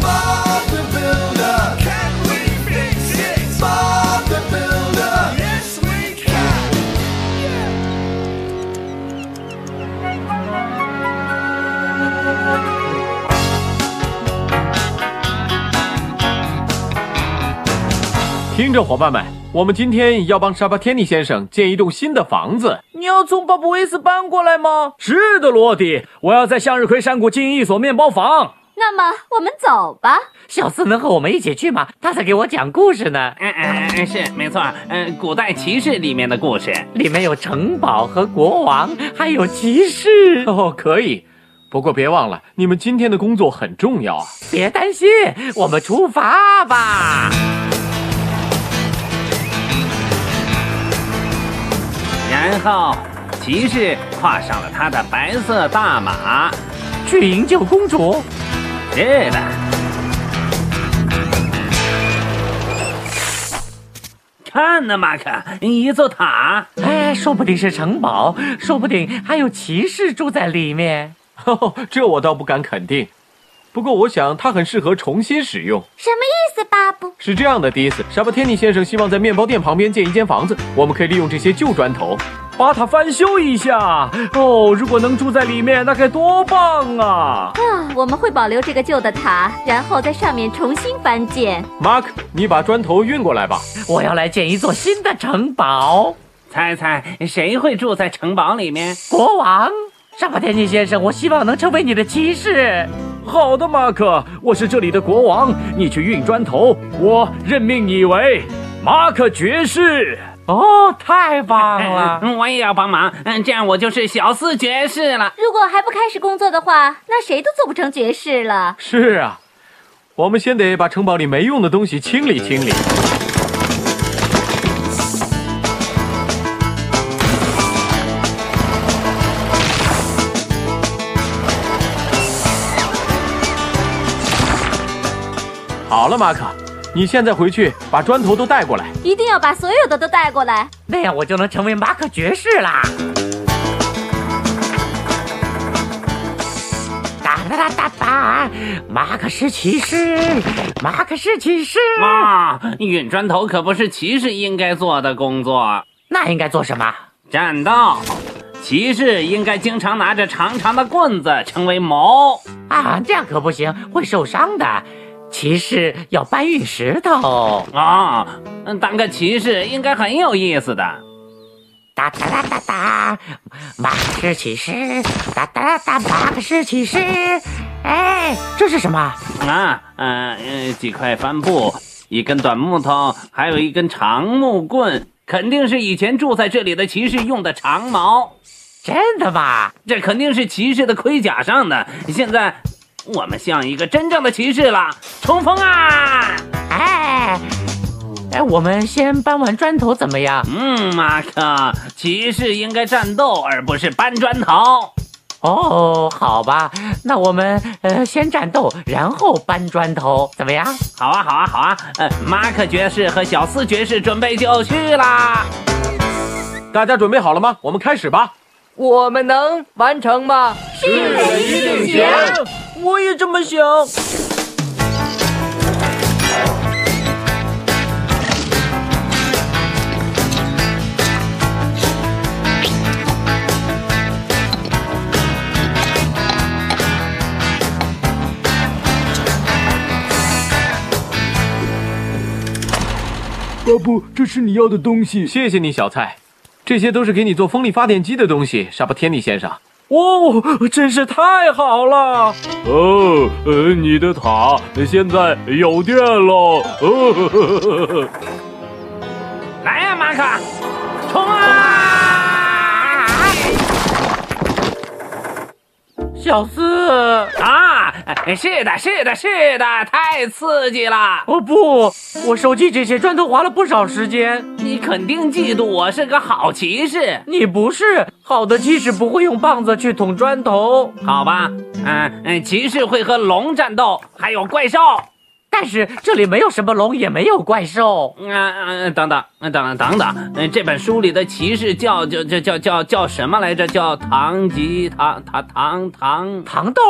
Bob the Builder. Can we fix it? Bob the Builder. Yes, we can. 听着，伙伴们，我们今天要帮沙巴天尼先生建一栋新的房子。你要从巴布维斯搬过来哦吗？是的，罗迪，我要在向日葵山谷经营一所面包房。那么我们走吧。小四能和我们一起去吗？他在给我讲故事呢。嗯嗯嗯，是没错。嗯，古代骑士里面的故事，里面有城堡和国王，还有骑 士。哦，可以。不过别忘了，你们今天的工作很重要啊。别担心，我们出发吧。然后骑士跨上了他的白色大马。去营救公主。是的。看呐，马克，一座塔。哎，说不定是城堡，说不定还有骑士住在里面。哦，这我倒不敢肯定。不过我想它很适合重新使用。什么意思，巴布？是这样的，迪斯，沙巴天尼先生希望在面包店旁边建一间房子，我们可以利用这些旧砖头。把它翻修一下哦！如果能住在里面，那该多棒啊！啊，我们会保留这个旧的塔，然后在上面重新翻建。马克，你把砖头运过来吧。我要来建一座新的城堡。猜猜谁会住在城堡里面？国王，沙巴天尼先生，我希望能成为你的骑士。好的，马克，我是这里的国王，你去运砖头，我任命你为马克爵士。哦，太棒了！嗯，我也要帮忙。嗯，这样我就是小四爵士了。如果还不开始工作的话，那谁都做不成爵士了。 是啊，我们先得把城堡里没用的东西清理清理。好了，马可，你现在回去把砖头都带过来。一定要把所有的都带过来。那样我就能成为马可爵士啦！哒哒哒哒哒，马可是骑士，马可是骑士。哇，运砖头可不是骑士应该做的工作。那应该做什么？战斗，骑士应该经常拿着长长的棍子，成为矛。啊，这样可不行，会受伤的。骑士要搬运石头啊！嗯，当个骑士应该很有意思的。哒哒哒哒哒，马克是骑士，哒哒哒哒，马克是骑士。哎，这是什么？啊，嗯、呃，几块帆布，一根短木头，还有一根长木棍，肯定是以前住在这里的骑士用的长矛。真的吗？这肯定是骑士的盔甲上的。现在。我们像一个真正的骑士了，冲锋啊！哎，哎，我们先搬完砖头怎么样？嗯，马克，骑士应该战斗而不是搬砖头。哦，好吧，那我们呃先战斗，然后搬砖头，怎么样？好啊，好啊，好啊。呃，马克爵士和小四爵士准备就绪啦。大家准备好了吗？我们开始吧。我们能完成吗？是的，一定行。我也这么想。巴布，这是你要的东西。谢谢你，小蔡。这些都是给你做风力发电机的东西，沙巴天尼先生。哦，真是太好了！哦，呃，你的塔现在有电喽！哦，呵呵呵来呀、啊，马卡，冲啊！小四啊，是的，是的，是的，太刺激了！哦不，我收集这些砖头花了不少时间。你肯定嫉妒我是个好骑士，你不是好的骑士，不会用棒子去捅砖头，好吧？嗯、呃、嗯，骑士会和龙战斗，还有怪兽。哒但是这里没有什么龙，也没有怪兽。啊啊！等等，等等等等，嗯，这本书里的骑士叫叫叫叫叫叫什么来着？叫唐吉唐唐唐唐糖豆，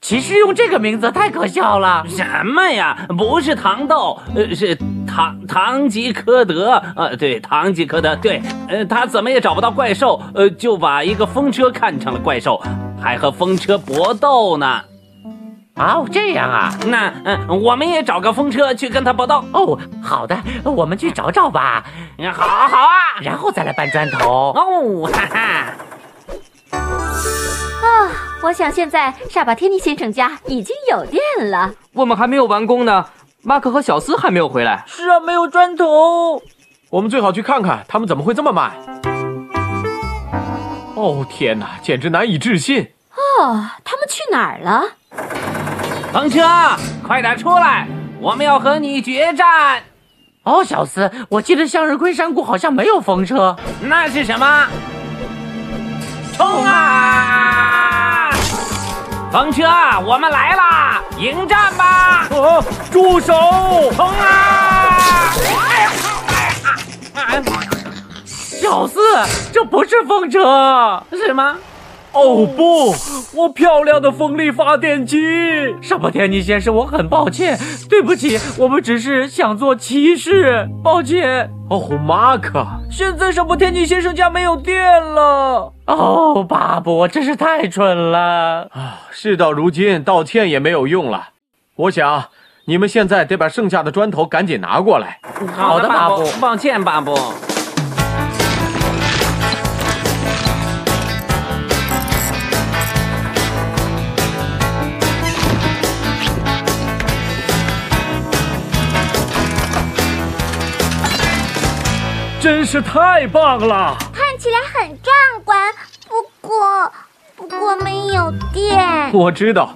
骑士用这个名字太可笑了。什么呀？不是糖豆，呃，是唐唐吉诃德。呃，对，唐吉诃德，对，呃，他怎么也找不到怪兽，呃，就把一个风车看成了怪兽，还和风车搏斗呢。哦，这样啊。那嗯、呃我们也找个风车去跟他搏斗。哦，好的，我们去找找吧，嗯好啊好啊，然后再来搬砖头。哦，哈哈。我想现在沙巴天尼先生家已经有电了。我们还没有完工呢，马克和小斯还没有回来。是啊，没有砖头。我们最好去看看他们怎么会这么慢。哦天哪，简直难以置信！哦，他们去哪儿了？风车，快点出来，我们要和你决战。哦，小斯，我记得向日葵山谷好像没有风车。那是什么？冲啊！风车，我们来啦！迎战吧！啊，哦住手！冲啊！哎呀，哎呀，小斯，这不是风车，是吗？哦不，我漂亮的风力发电机！上破天尼先生，我很抱歉，对不起，我们只是想做骑士，抱歉。哦，马克，现在上破天女先生家没有电了。哦，巴布，我真是太蠢了。事到如今，道歉也没有用了。我想，你们现在得把剩下的砖头赶紧拿过来。好的巴布抱歉，巴布。真是太棒了！看起来很壮观，不过不过没有电。我知道，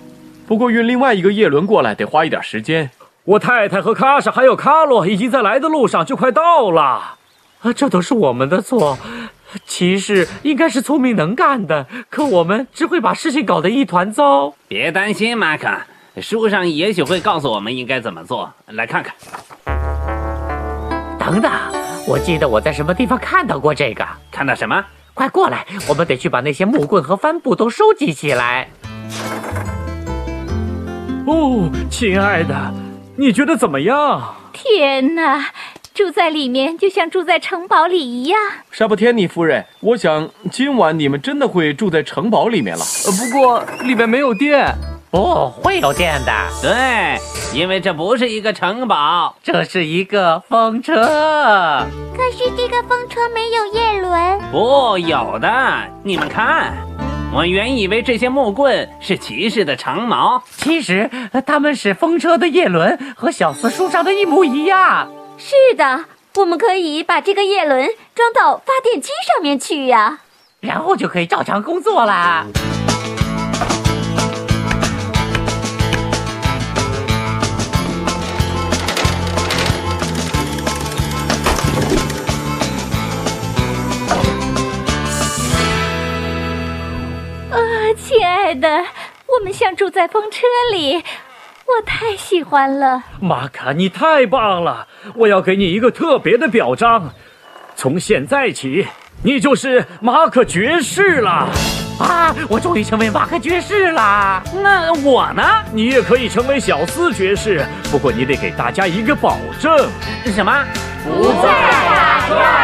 不过运另外一个叶轮过来得花一点时间。我太太和卡莎还有卡洛已经在来的路上，就快到了。啊，这都是我们的错。骑士应该是聪明能干的，可我们只会把事情搞得一团糟。别担心，马克，书上也许会告诉我们应该怎么做。来看看，等等，我记得我在什么地方看到过这个。看到什么？快过来，我们得去把那些木棍和帆布都收集起来。哦，亲爱的，你觉得怎么样？天哪，住在里面就像住在城堡里一样。沙布天尼夫人，我想今晚你们真的会住在城堡里面了。呃，不过里面没有电。哦，会有电的，对，因为这不是一个城堡。这是一个风车。可是这个风车没有叶轮。不，有的，你们看，我原以为这些木棍是骑士的长矛，其实呃他们是风车的叶轮，和小四书上的一模一样。是的，我们可以把这个叶轮装到发电机上面去呀、然后就可以照常工作啦。亲爱的，我们像住在风车里，我太喜欢了。马卡，你太棒了！我要给你一个特别的表彰，从现在起，你就是马可爵士了。啊，我终于成为马克爵士啦！那我呢？你也可以成为小斯爵士，不过你得给大家一个保证。什么？不再打架。嗯哦